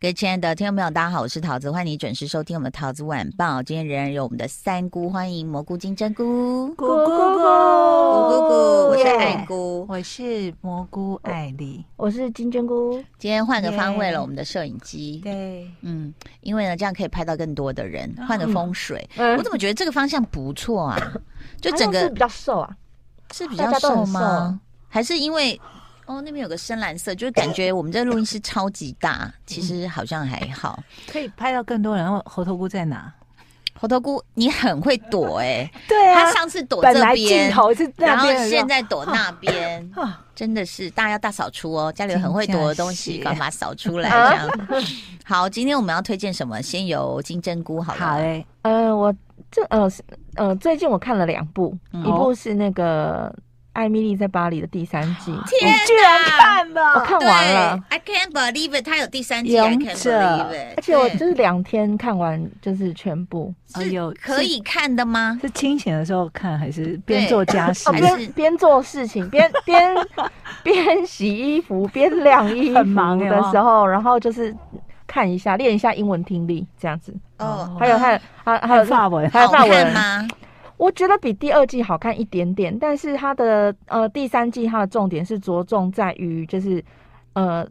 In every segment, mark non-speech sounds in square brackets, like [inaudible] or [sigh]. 各位亲爱的听众朋友，大家好，我是桃子，欢迎你准时收听我们的桃子晚报。今天仍然有我们的三姑，欢迎蘑菇金针菇，咕咕咕哦咕咕咕，我是耶爱菇。我是蘑菇艾丽，我是金针菇，今天换个方位耶了，我们的摄影机。对，嗯，因为呢，这样可以拍到更多的人，嗯换个风水。嗯我怎么觉得这个方向不错啊？呃就整好像个是比较瘦啊，是比大较家都瘦很吗？还是因为哦那边有个深蓝色，就是感觉我们这录音室超级大，其实好像还好。可以拍到更多人。然后猴头菇在哪？猴头菇，你很会躲哎、对啊他上次躲本这来镜边，头是那然后边的现在躲那边， [laughs] 啊，真的是大家要大扫除哦，家里有很会躲的东西，真的是赶快把它扫出来这啊样。 [laughs] 好，今天我们要推荐什么？先由金针菇好了。好欸嘞，呃，我这呃是呃，最近我看了两部，嗯一部是那个《艾米丽在巴黎》的第三季，天哪居然看了，我看哦啊对完了， ，I can't believe it，它有第三季勇，I can't 者 believe it，而且我对就是哦两天看完，就是全部，哎呦是可以看的吗？是清闲的时候看，还是边做家事 [laughs] 哦，？还是边边做事情， [laughs] 边边边洗衣服，边晾衣服很忙耶的时候，然后就是看一下，练一下英文听力这样子，哦，还有还有还还有法文，还有好范看文吗？我觉得比第二季好看一点点，但是它的呃第三季它的重点是着重在于就是呃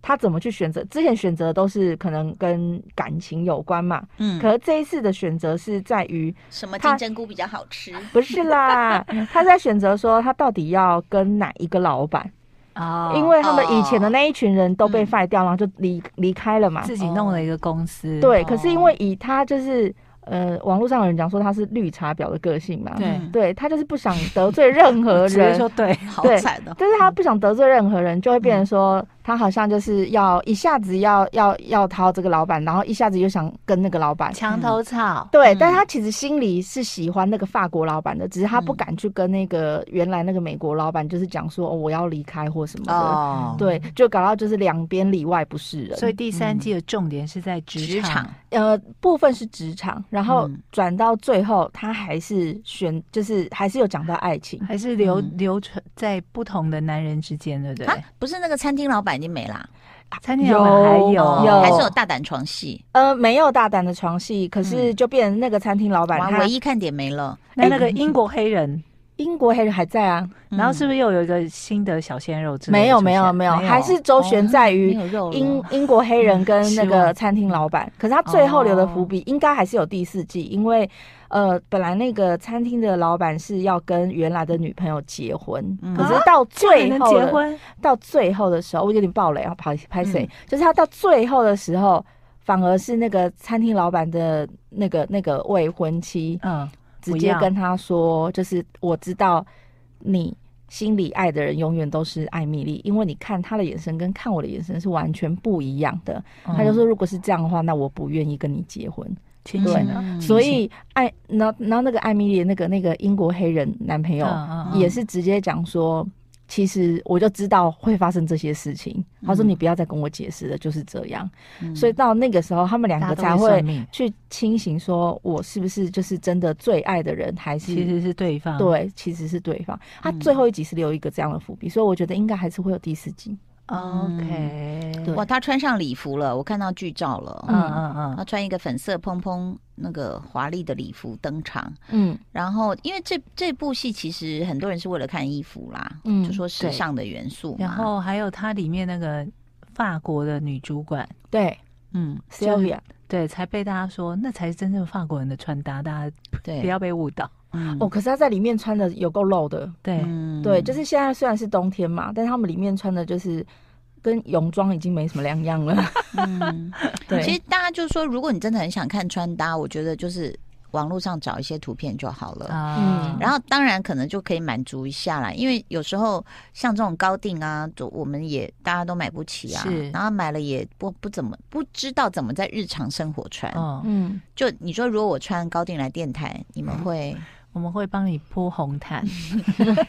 他怎么去选择，之前选择都是可能跟感情有关嘛，嗯，可是这一次的选择是在于什么它金针菇比较好吃？不是啦，他在选择说他到底要跟哪一个老板，啊因为他们以前的那一群人都被哦嗯 fire 掉，然后就离离开了嘛，自己弄了一个公司，哦对，哦可是因为以他就是呃网络上有人讲说他是绿茶婊的个性嘛。对嗯对他就是不想得罪 [laughs] 任何只是人，说对，好对惨哦。但是他不想得罪任何人，就会嗯变成说他好像就是要一下子要要要讨好这个老板，然后一下子又想跟那个老板。墙头草，对，嗯但他其实心里是喜欢那个法国老板的，只是他不嗯敢去跟那个原来那个美国老板，就是讲说、哦我要离开或什么的。哦，对，就搞到就是两边里外不是嗯人。所以第三季的重点是在职职场场，呃，部分是职场，然后嗯转到最后，他还是选，就是还是有讲到爱情。还是流嗯流传在不同的男人之间，对不啊对？，不是那个餐厅老板已经没啦，哦餐厅老板还有有还是有大胆床戏，呃，没有大胆的床戏，可是就变成那个餐厅老板，哇，嗯他唯一看点没了。那哎那个嗯英国黑人，英国黑人还在啊，然后是嗯不是又有一个新的小鲜肉之类的没有出现？没有没有，还是周旋在于哦没有肉了英英国黑人跟那失个望餐厅老板。可是他最后留的伏笔应该还是有第四季，因为呃，本来那个餐厅的老板是要跟原来的女朋友结婚，嗯可是到最最能后结的婚，到最后的时候，我有点爆雷啊，拍拍谁嗯？就是他到最后的时候，反而是那个餐厅老板的那个那个未婚妻嗯，直不接要跟他说，就是我知道你心里爱的人永远都是艾米丽，因为你看他的眼神跟看我的眼神是完全不一样的。他就说，如果是这样的话，那我不愿意跟你结婚。嗯清对醒啊，嗯所以艾，然后然后那个艾米丽的那个那个英国黑人男朋友，嗯也是直接讲说，其实我就知道会发生这些事情。他说嗯你不要再跟我解释了，就是这样。嗯所以到那个时候，他们两大个家都才会会算命去清醒，说我是不是就是真的最爱的人，还其是实是嗯对方，对，其实是对方。他嗯最后一集是留一个这样的伏笔，所以我觉得应该还是会有第四集。嗯，OK，嗯对哇，他穿上礼服了，我看到剧照了。嗯嗯他穿一个粉色蓬蓬那个华丽的礼服登场，嗯然后因为这这部戏其实很多人是为了看衣服啦，嗯就说时对尚的元素嗯，嘛。然后还有它里面那个法国的女主管，对嗯， ，Sylvia，对，才被大家说那才是真正法国人的穿搭，大家对，不要被误导，嗯哦，可是她在里面穿的有够露的。对，嗯对，就是现在虽然是冬天嘛，但他们里面穿的就是跟泳装已经没什么两样了。嗯， [laughs] 对，其实大家就说，如果你真的很想看穿搭，我觉得就是网络上找一些图片就好了。嗯啊，然后当然可能就可以满足一下啦，因为有时候像这种高定啊，就我们也大家都买不起啊是，然后买了也不不怎么不知道怎么在日常生活穿。嗯，嗯，就你说如果我穿高定来电台，你们会，我们会帮你铺红毯，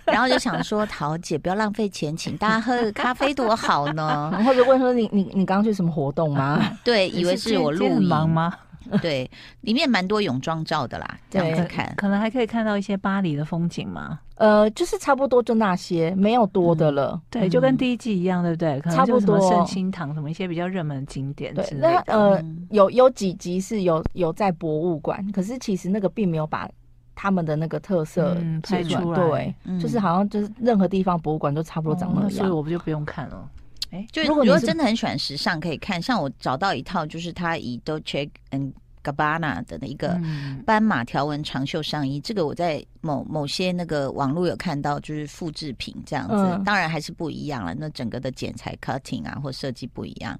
然后就想说桃姐不要浪费钱，请大家喝个咖啡多好呢？或者问说你你你刚刚去什么活动吗？ [laughs] [laughs] 对，以为今是我今天录很影忙吗？对，里面蛮多泳装照的啦，这样对子可看。可能还可以看到一些巴黎的风景嘛。呃，就是差不多就那些，没有多的了。对，就跟第一季一样，对嗯不对？可能就什么差不多圣心堂，什么一些比较热门的景点对之，类那的。呃嗯，有有几集是有有在博物馆，可是其实那个并没有把他们的那个特色嗯拍拍出来对，嗯就是好像就是任何地方博物馆都差不多长哦那所以样。我不就不用看了。哎，就如果如你果是真的很喜欢时尚，可以看。像我找到一套，就是它以 Dolce and Gabbana 的一个嗯，斑马条纹长袖上衣，这个我在某某些那个网络有看到，就是复制品这样子，嗯当然还是不一样了。那整个的剪裁、cutting 啊，或设计不一样，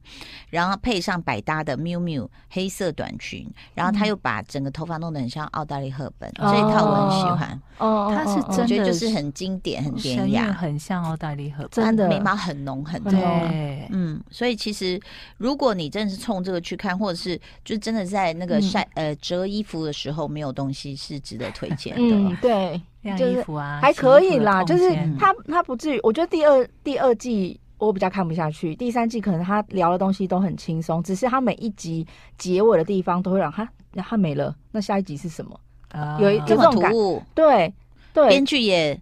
然后配上百搭的 miu miu 黑色短裙，然后他又把整个头发弄得很像奥黛丽赫本，哦这一套我很喜欢，哦，它是哦哦我真觉得的就是很经典、很典神韵雅，很像哦奥黛丽赫本。真的啊眉毛很浓很浓。哦对，嗯，所以其实如果你真的是冲这个去看，或者是就真的在那个嗯晒、呃折衣服的时候，没有东西是值得推荐的。哦啊嗯，对，晾就是衣服啊，还洗衣可服以的啦，空就是间他他不至于，我觉得第二第二季我比较看不下去，第三季可能他聊的东西都很轻松，只是他每一集结尾的地方都会让他他没了，那下一集是什么？啊有一这这么种突感兀，对对编，剧也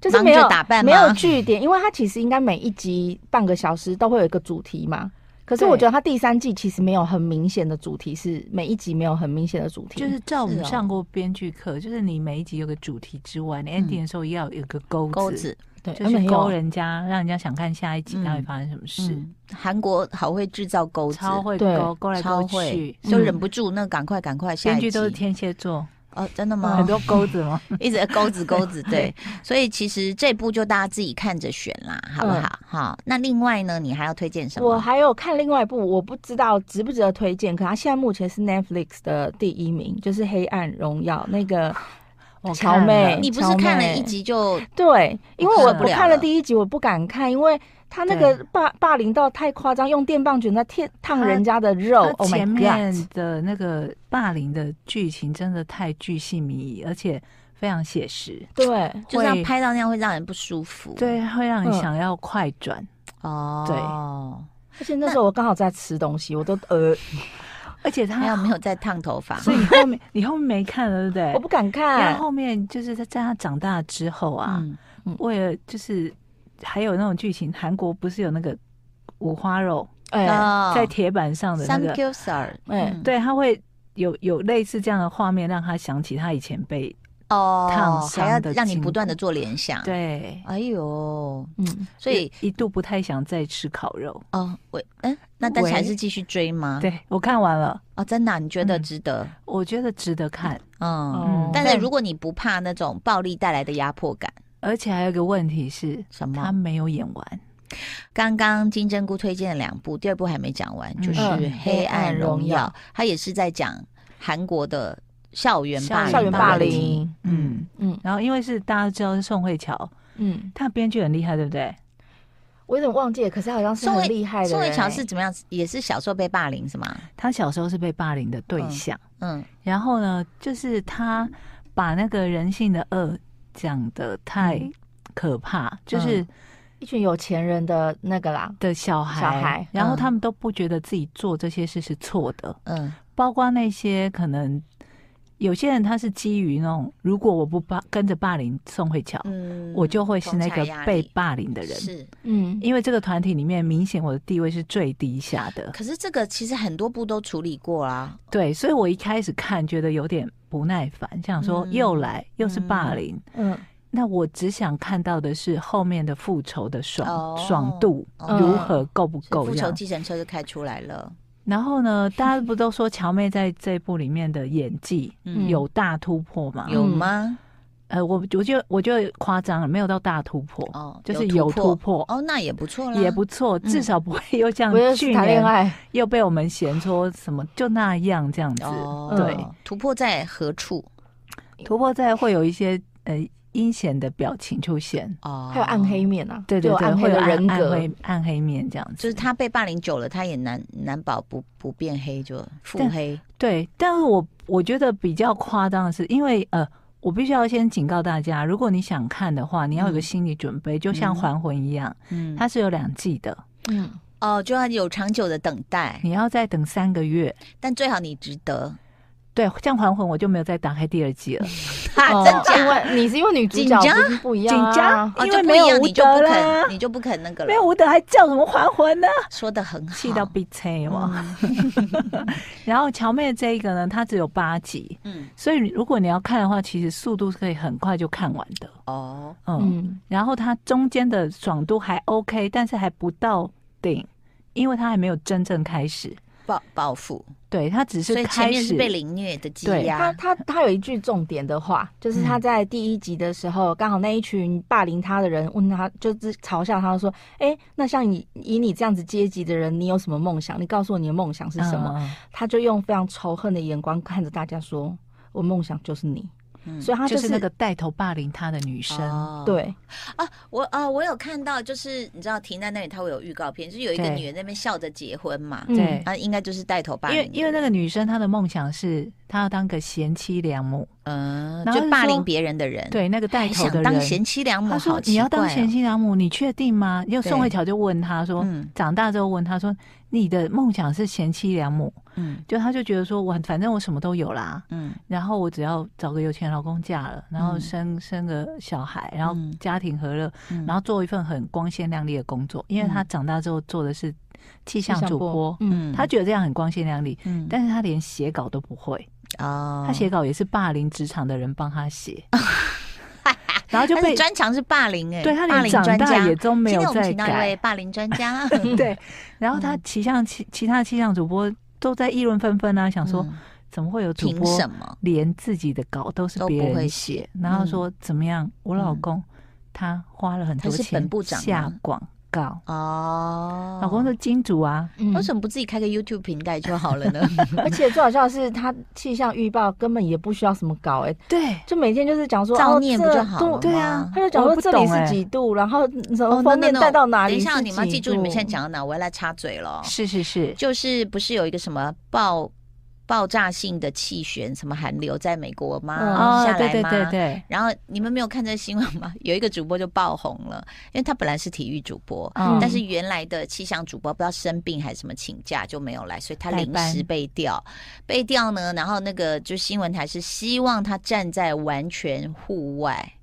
就是没有忙着打扮吗没有据点，因为他其实应该每一集半个小时都会有一个主题嘛。可是对我觉得他第三季其实没有很明显的主题，是每一集没有很明显的主题，就是照我是们哦上过编剧课，就是你每一集有个主题之外，你 ending 的时候要有个嗯钩钩子，子。对，就没是有勾人家，让人家想看下一集嗯到底发生什么事。嗯，韩国好会制造钩子，超会对勾勾来超勾会去，，嗯就忍不住那赶快赶快下编一剧都是集。天蝎座，哦，真的很吗？多钩子哦嘛。一直钩子钩子，对。所以其实这部就大家自己看着选啦，好嗯不好？好。那另外呢，你还要推荐什我么？还有看另外一部，我不知道值不值得推荐，可它现在目前是 Netflix 的第一名，就是《黑暗荣耀》那个。 [laughs] 我乔看妹了你不是看了一乔妹集就对，因为我我看我不了看了了第一集，我不敢看，因为他那个对霸霸凌到太夸张，用电棒卷在烫烫他人家的肉。他 oh my 前 god！面的那个霸凌的剧情真的太巨细靡遗，而且非常写实，对，就是要会拍到那样会让人不舒服。对，会让你嗯想要快转。哦，而且那时候我刚好在吃东西，我都呃，而且还有他，没有在烫头发？ [laughs] 所以你后面你后面没看了，对不对？我不敢然看后。后面就是在在他长大之后啊，嗯，为了就是还有那种剧情，韩国不是有那个五花肉哎哦在铁板上的那 Sam 个，嗯 k u s a r 哎对，他会有有类似这样的画面，让他想起他以前被烫哦，伤还要的让你筋不断的骨做联想。，对，哎呦，嗯，所以一度不太想再吃烤肉。哦，喂，嗯，那但是喂还是继续追吗？，对我看完了，哦，真的啊、你觉得嗯值得？我觉得值得看，嗯，哦但是如果你不怕那种暴力带来的压迫感，而且还有一个问题是，什他么？没有演完。刚刚金针菇推荐了两部，第二部还没讲完，就是嗯《黑暗荣黑暗荣耀》耀它也是在讲韩国的校园霸凌。校园霸凌凌，嗯嗯然后因为是大家都知道是宋慧乔，嗯，她编剧很厉害，对不对？我有点忘记了，可是好像是宋很慧厉害的人欸。宋慧乔是怎么样？也是小时候被霸凌是吗？她小时候是被霸凌的对象，嗯然后呢，就是她把那个人性的恶讲的太嗯可怕，就是一群有钱人的那个啦，的小孩，小孩然嗯后他们都不觉得自己做这些事是错的，嗯包括那些可能有些人他是基于那种，如果我不霸跟着霸凌宋慧乔，嗯我就会是那同个侪压力被霸凌的人。是，嗯，因为这个团体里面，明显我的地位是最低下 [laughs] 的，可是这个其实很多部都处理过啊。对，所以我一开始看觉得有点不耐烦，想说嗯又来又是霸凌，嗯，那我只想看到的是后面的复仇的爽、哦爽度哦如何够不所以够复这仇样。计程车就开出来了，然后呢，大家不都说乔妹在这部里面的演技嗯有大突破吗？有吗？呃，我我就我就夸张了，没有到大突破，哦，嗯就是有突破，哦，那也不错啦，也不错，至少不会又像嗯不是嗯去谈恋年爱，又被我们嫌说什么就那样这样子。哦，对，突破在何处？突破在会有一些呃阴险的表情出现，哦，还有暗黑，面啊，对对就有对，暗黑会有的人暗格，黑暗黑面这样子。就是他被霸凌久了，他也难难保不不变黑，就腹黑。对，但是我我觉得比较夸张的是，因为呃，我必须要先警告大家，如果你想看的话，你要有个心理准备，就像《还魂》一样，嗯，它是有两季的。嗯，哦，就要有长久的等待，你要再等三个月。但最好你值 [laughs] 得。对，这样还魂我就没有再打开第二季了。哈，哦啊真假？因为你是因为女主角紧张不不一样、啊，哦，因就为不没一有样，吴你就不德啦肯，你就不肯那个了。没有吴德还叫什么还魂呢？说的很好，气到逼车嘛。嗯 [laughs] 然后乔妹这一个呢，它只有八集，嗯，所以如果你要看的话，其实速度是可以很快就看完的。哦，嗯，嗯，然后它中间的爽度还 OK，但是还不到顶，因为它还没有真正开始。报报复，对，它只所是以前开面始是被凌虐的积对压他。他他有一句重点的话，就是嗯他在第一集的时候，刚、好那一群霸凌他的人问他，就是嘲笑他说：“哎、那像你以你这样子阶级的人，你有什么梦想？你告诉我你的梦想是什么？”嗯？嗯他就用非常仇恨的眼光看着大家说：“我梦想就是你。嗯所以嗯他、就是是那个带头霸凌她的女生。哦对，啊，我啊，我有看到，就是你知道停在那里，他会有预告片，就是有一个对女人在那边笑着结婚嘛，嗯对，啊，应该就是带头霸因凌的为人，因为那个女生她的梦想是她要当个贤妻良母，嗯，然后就霸就说凌别人的人，，对那个带嗯还头的想人，当贤妻良母，他好说：“奇你要当怪哦贤妻良母，你确定吗？”因为对宋慧乔就问他说：“嗯长大之后问他说，你的梦想是贤妻良母？”嗯就他就觉得说：“我反正我什么都有啦，嗯然后我只要找个有钱老公嫁了，然后嗯生、生个小孩，然后嗯家庭和乐，嗯，然后做一份很光鲜亮丽的工作。因为他嗯长大之后做的是气象像主波播，嗯嗯，他觉得这样很光鲜亮丽，嗯但是他连写稿都不会。”哦，他写稿也是霸凌职场的人帮 [laughs] 他写，然后就他的被专长是霸凌哎，对他霸连凌长专大家也。都没今有天我们在请到一位嗯改，霸凌专家， [laughs] 对。然后他气象其其他气象主播都在议论纷纷啊，想说嗯怎么会有主凭播什么？连自己的稿都是都别不会写嗯人写，然后说怎么样，我老公他花了很多他是钱本部长吗啊下广告，哦，老公是金主啊，嗯为什么不自己开个 YouTube 平台就好了 [laughs] 呢？而且最好笑的是，他气象预报根本也不需要什么搞、哎，对，就每天就是讲说造孽哦不这就好了吗？对啊他就讲说这里我不懂是哎几度，然后什么哦，封面 no, no, no 带到哪里等一是几度。下，你们要记住你们现在讲到哪，我要来插嘴了哦。是是是，就是不是有一个什么爆爆炸性的气旋，什么寒流在美国吗？嗯哦，下来对吗？对对对，然后你们没有看这新闻吗？ [laughs] 有一个主播就爆红了，因为他本来是体育主播，嗯但是原来的气象主播不知道生病还是什么请假就没有来，所以他临代班时被调。被调呢，然后那个就新闻台是希望他站在完全户外，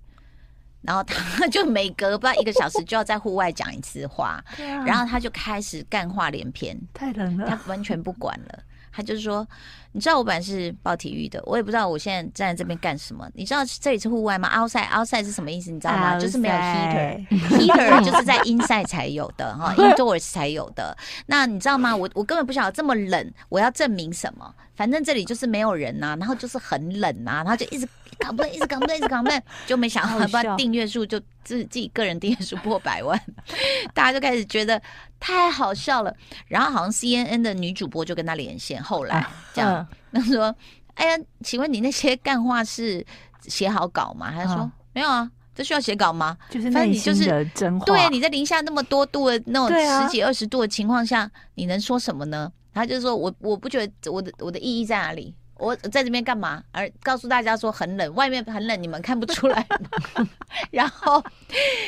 然后他就每隔不到一个小时就要在户外讲一次话，然后后他就开始干话连篇，太冷了他，完全不管了。他就说：“你知道我本来是报体育的，我也不知道我现在站在这边干什么。你知道这里是户外吗？outside outside 是什么意思？你知道吗？就是没有 heater， Outside heater 就是在 inside 才有的 [laughs] 哈，indoors 才有的。那你知道吗？我我根本不晓得这么冷，我要证明什么？反正这里就是没有人呐、然后就是很冷呐、然后就一直搞不对，一直搞不对，一直搞不对，就没想好到把笑订阅数就自自己个人订阅数破百万， [laughs] 大家就开始觉得太好笑了。然后好像 CNN 的女主播就跟他连线，后来啊这样，他说：“哎呀，请问你那些干话是写好稿吗？”他说嗯：“没有啊，这需要写稿吗？” [laughs] 就是反正内你就心是的真话。对啊，你在零下那么多度的那对啊种十几二十度的情况下，你能说什么呢？他就说我我不觉得我的我的意义在哪里？我在这边干嘛？而告诉大家说很冷，外面很冷，你们看不出来 [laughs] 吗然后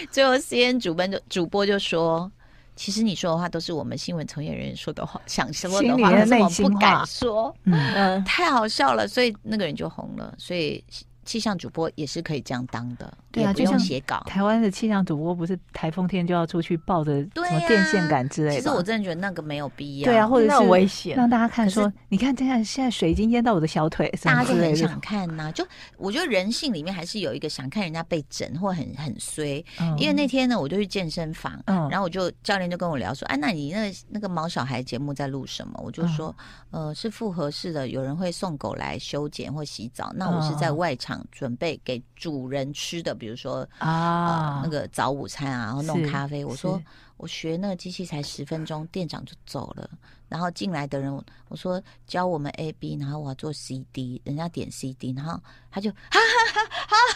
最后 C N 主播就主播就说。其实你说的话都是我们新闻从业人员说的话，想说的心里话，的可是我内们心不敢话说，嗯，[laughs] 嗯，太好笑了，所以那个人就红了。所以气象主播也是可以这样当的，对啊也不就用像写稿。台湾的气象主播不是台风天就要出去抱着对什么呀电线杆之类其的？实我真的觉得那个没有必要。啊对啊，或者那很是危险。让大家看可是说，你看这样现在水已经淹到我的小腿，什大么家之就类很的想。看呐、就我觉得人性里面还是有一个想看人家被整或很很衰。嗯因为那天呢，我就去健身房，嗯然后我就教练就跟我聊说，哎、那你那那个毛小孩节目在录什么？我就说，嗯呃，是复合式的，有人会送狗来修剪或洗澡，那我是在嗯嗯外场准备给主人吃的，比如说啊呃，那个早午餐啊，然后弄是咖啡。我是说我学那个机器才十分钟，店长就走了。然后进来的人，我我说教我们 A B，然后我要做 C D，人家点 C D，然后他就哈哈哈哈，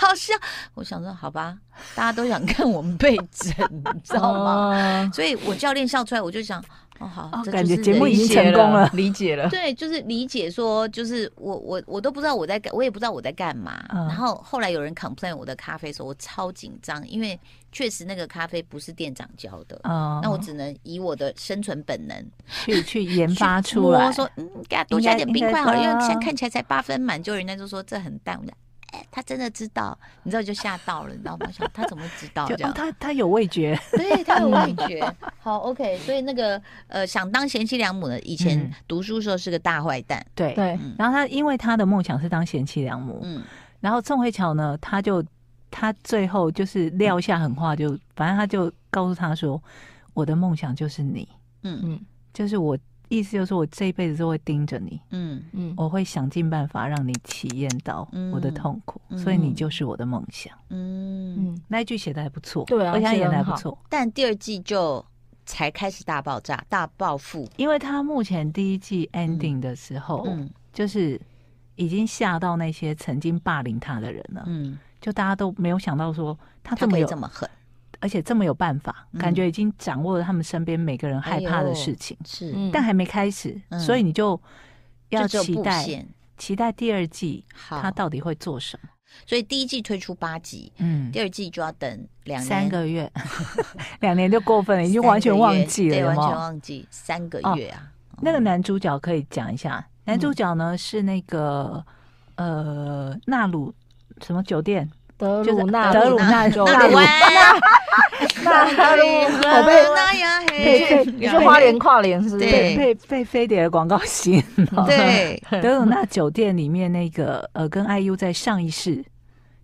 好好笑。我想说好吧， [laughs] [laughs] 大家都想看我们被整，你知道吗？吗？所以我教练笑出来，我就想哦，好，哦这感就觉是节目人已经性成功了理解了。对，就是理解说，就是我我我都不知道我在干，我也不知道我在干嘛。嗯然后后来有人 complain 我的咖啡的时候，我超紧张，因为确实那个咖啡不是店长教的，哦，那我只能以我的生存本能 [laughs] 去去研发去出摸来，说嗯，给他多应加该点应冰该嗯块好了，因为的现在看起来才八分满，就人家就说这很淡，我讲。哎他真的知道，你知道就吓到了，你知道吗？想他怎么知道就这样？哦，他他有味觉，对，他有味 [laughs] 觉。好，OK，所以那个呃，想当贤妻良母呢，以前嗯读书时候是个大坏蛋。对。对，嗯然后他因为他的梦想是当贤妻良母，嗯，然后宋慧乔呢，他就他最后就是撂下狠话就，反正他就告诉他说，我的梦想就是你，嗯嗯就是我意思就是我这一辈子都会盯着你，嗯嗯，我会想尽办法让你体验到我的痛苦，嗯所以你就是我的梦想。嗯，嗯，那一句写的还不错，对啊而且他写演得的还很不好错，但第二季就才开始大爆炸、大暴富。因为他目前第一季 ending 的时候，嗯就是已经吓到那些曾经霸凌他的人了，嗯，就大家都没有想到说他他这可么以有这么狠，而且这么有办法，嗯感觉已经掌握了他们身边每个人害怕的事情，是，嗯但还没开始，哎嗯所以你就要就只有期布待线。期待第二季好他，到底会做什么。所以第一季推出八集，嗯，第二季就要等两年三个月， [laughs] 两年就过分了，三个月，已经完全忘记了，对，有完没有哦全忘记三个月啊。那个男主角可以讲一下，嗯男主角呢是那个呃纳鲁什么酒店，德就是鲁纳德鲁纳啊酒纳那鲁鲁店湾，纳鲁， [laughs] 我被那呀被嘿，你是花莲跨年是不是？对被被飞碟的广告吸引 [laughs] 了。对，德鲁纳酒店里面那个呃，跟 IU 在上一世，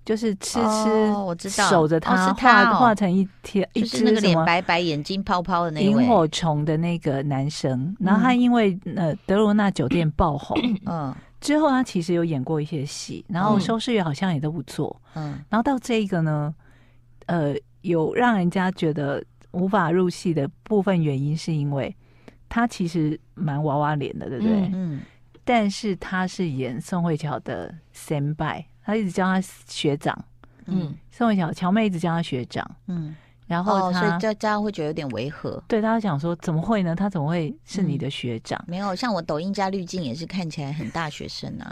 就是痴痴哦我知道守着哦他，是他画哦画成一天 [laughs] 一就是那只个什脸么白白、眼睛泡泡的那萤位，火虫的那个男生。然后他因为呃德鲁纳酒店 [coughs] 爆红嗯之后，他其实有演过一些戏，然后嗯收视率好像也都不错。嗯然后到这一个呢，呃，有让人家觉得无法入戏的部分原因，是因为他其实蛮娃娃脸的，对不对？嗯嗯但是他是演宋慧乔的先拜，他一直叫他学长。嗯嗯宋慧乔乔妹一直叫他学长，嗯，然后哦，所他、以这这样会觉得有点违和。对他想说怎么会呢？他怎么会是嗯你的学长？没有，像我抖音加滤镜也是看起来很大学生啊。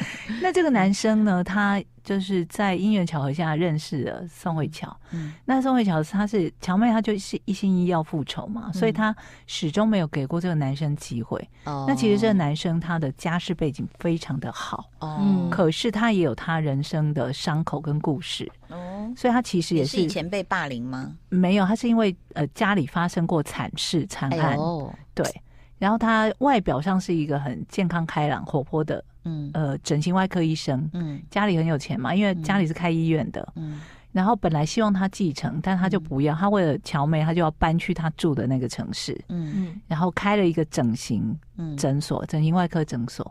[laughs] 那这个男生呢？他就是在因缘巧合下认识了宋慧乔。嗯那宋慧乔她是乔妹，她就是一心一意要复仇嘛，嗯所以她始终没有给过这个男生机会。哦那其实这个男生他的家世背景非常的好，哦嗯可是他也有他人生的伤口跟故事，哦，所以他其实也也是以前被霸凌吗？没有，他是因为呃家里发生过惨事惨哎案，呦，对。然后他外表上是一个很健康、开朗、活泼的嗯呃整形外科医生，嗯家里很有钱嘛，因为家里是开医院的。嗯然后本来希望他继承，但他就不要，他为了乔妹，他就要搬去他住的那个城市，嗯嗯然后开了一个整形嗯，诊所，整形外科诊所。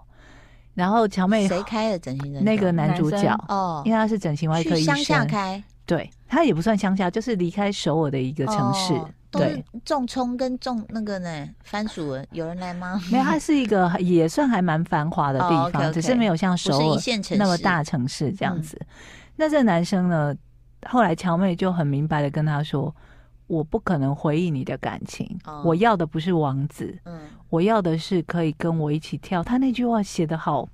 然后乔妹谁开的整形诊所？那个男主男生角，哦因为，他是整形外科去医乡下生，开对他也不算乡下，就是离开首尔的一个城市，哦都对。是种葱跟种那个呢番薯，有人来吗？没有，它是一个也算还蛮繁华的地嗯哦方， ，OK，OK 只是没有像不首是一尔线城市嗯那么大城市这样子。那这个男生呢，后来乔妹就很明白的跟他说：“我不可能回应你的感情，哦我要的不是王子， [laughs] 嗯，我要的是可以跟我一起跳。”他那句话写的好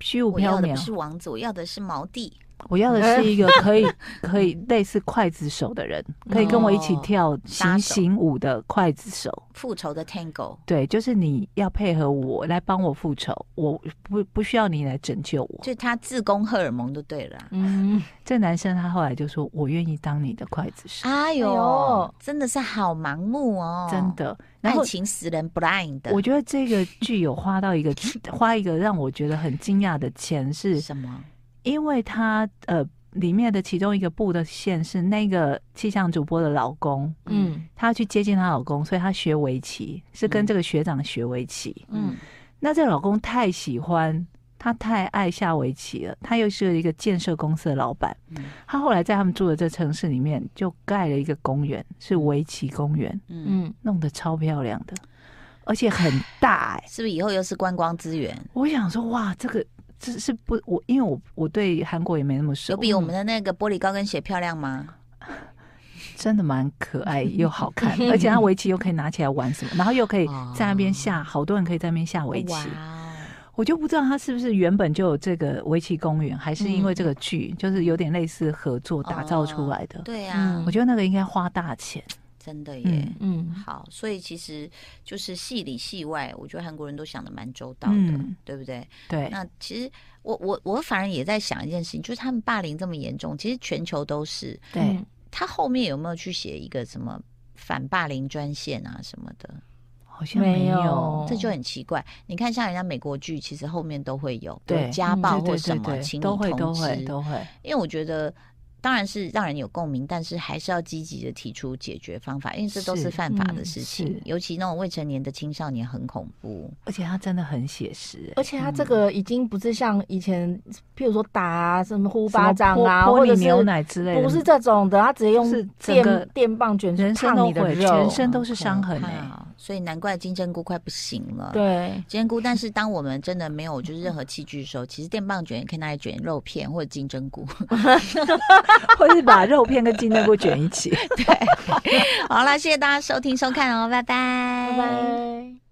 虚无我要缥的不是缈，王子，我要的是毛弟。我要的是一个 [laughs] 可以可以类似刽子手的人，可以跟我一起跳搭嗯行哦手刑舞的刽子手。复仇的 Tango，对，就是你要配合我来帮我复仇，我不不需要你来拯救我。就他自攻荷尔蒙就对了啊。嗯，这男生他后来就说：“我愿意当你的刽子手。哎哎呦呦，真的是好盲目哦，真。的。然爱后情使人 blind 的，我觉得这个剧有花到 [laughs] 一个花一个让我觉得很惊讶的钱，是什么？因为他呃里面的其中一个布的线是那个气象主播的老公，嗯她要去接近她老公，所以她学围棋，是跟这个学长学围棋。嗯那这老公太喜欢，他太爱下围棋了。他又是一个建设公司的老板，嗯他后来在他们住的这城市里面就盖了一个公园，是围棋公园，嗯，嗯，弄得超漂亮的，而且很大哎、是不是以后又是观光资源？我想说，哇，这个这是不我，因为我我对韩国也没那么熟，有比我们的那个玻璃高跟鞋漂亮吗？嗯真的蛮可爱又好看，而且它围棋又可以拿起来玩什么，然后又可以在那边下，好多人可以在那边下围棋哇。哦我就不知道它是不是原本就有这个围棋公园，还是因嗯为这个剧，就是有点类似合作打造出来的哦。对啊，我觉得那个应该花大钱。真的耶。嗯嗯，好，所以其实就是戏里戏外，我觉得韩国人都想的蛮周到的，嗯对不对？对，那其实我我我反而也在想一件事情，就是他们霸凌这么严重，其实全球都是。嗯对，他后面有没有去写一个什么反霸凌专线啊什么的？好像没没有有。哦这就很奇怪。你看，像人家美国剧，其实后面都会有对有家嗯暴对对或什对么，对请你都会都通会知都会，因为我觉得当然是让人有共鸣，但是还是要积极的提出解决方法，因为这都是是犯法的嗯事情，是尤其那种未成年的青少年很恐怖。而且它真的很写实、欸，而且他这个已经不是像以前，譬如说打啊、什么呼什么巴掌啊，泼泼或你者是牛奶之类的，不是这种的，他直接用是整个电电棒卷人生烫都你的会，肉，全身都是伤痕好哎、可怕哦所以难怪金针菇快不行了。。对，金针菇，但是当我们真的没有就是任何器具的时候，其实电棒卷也可以拿来卷肉片或者金针菇。 [laughs] 或是把肉片跟金针菇卷一起。好啦，谢谢大家收听收看哦，拜拜，拜拜。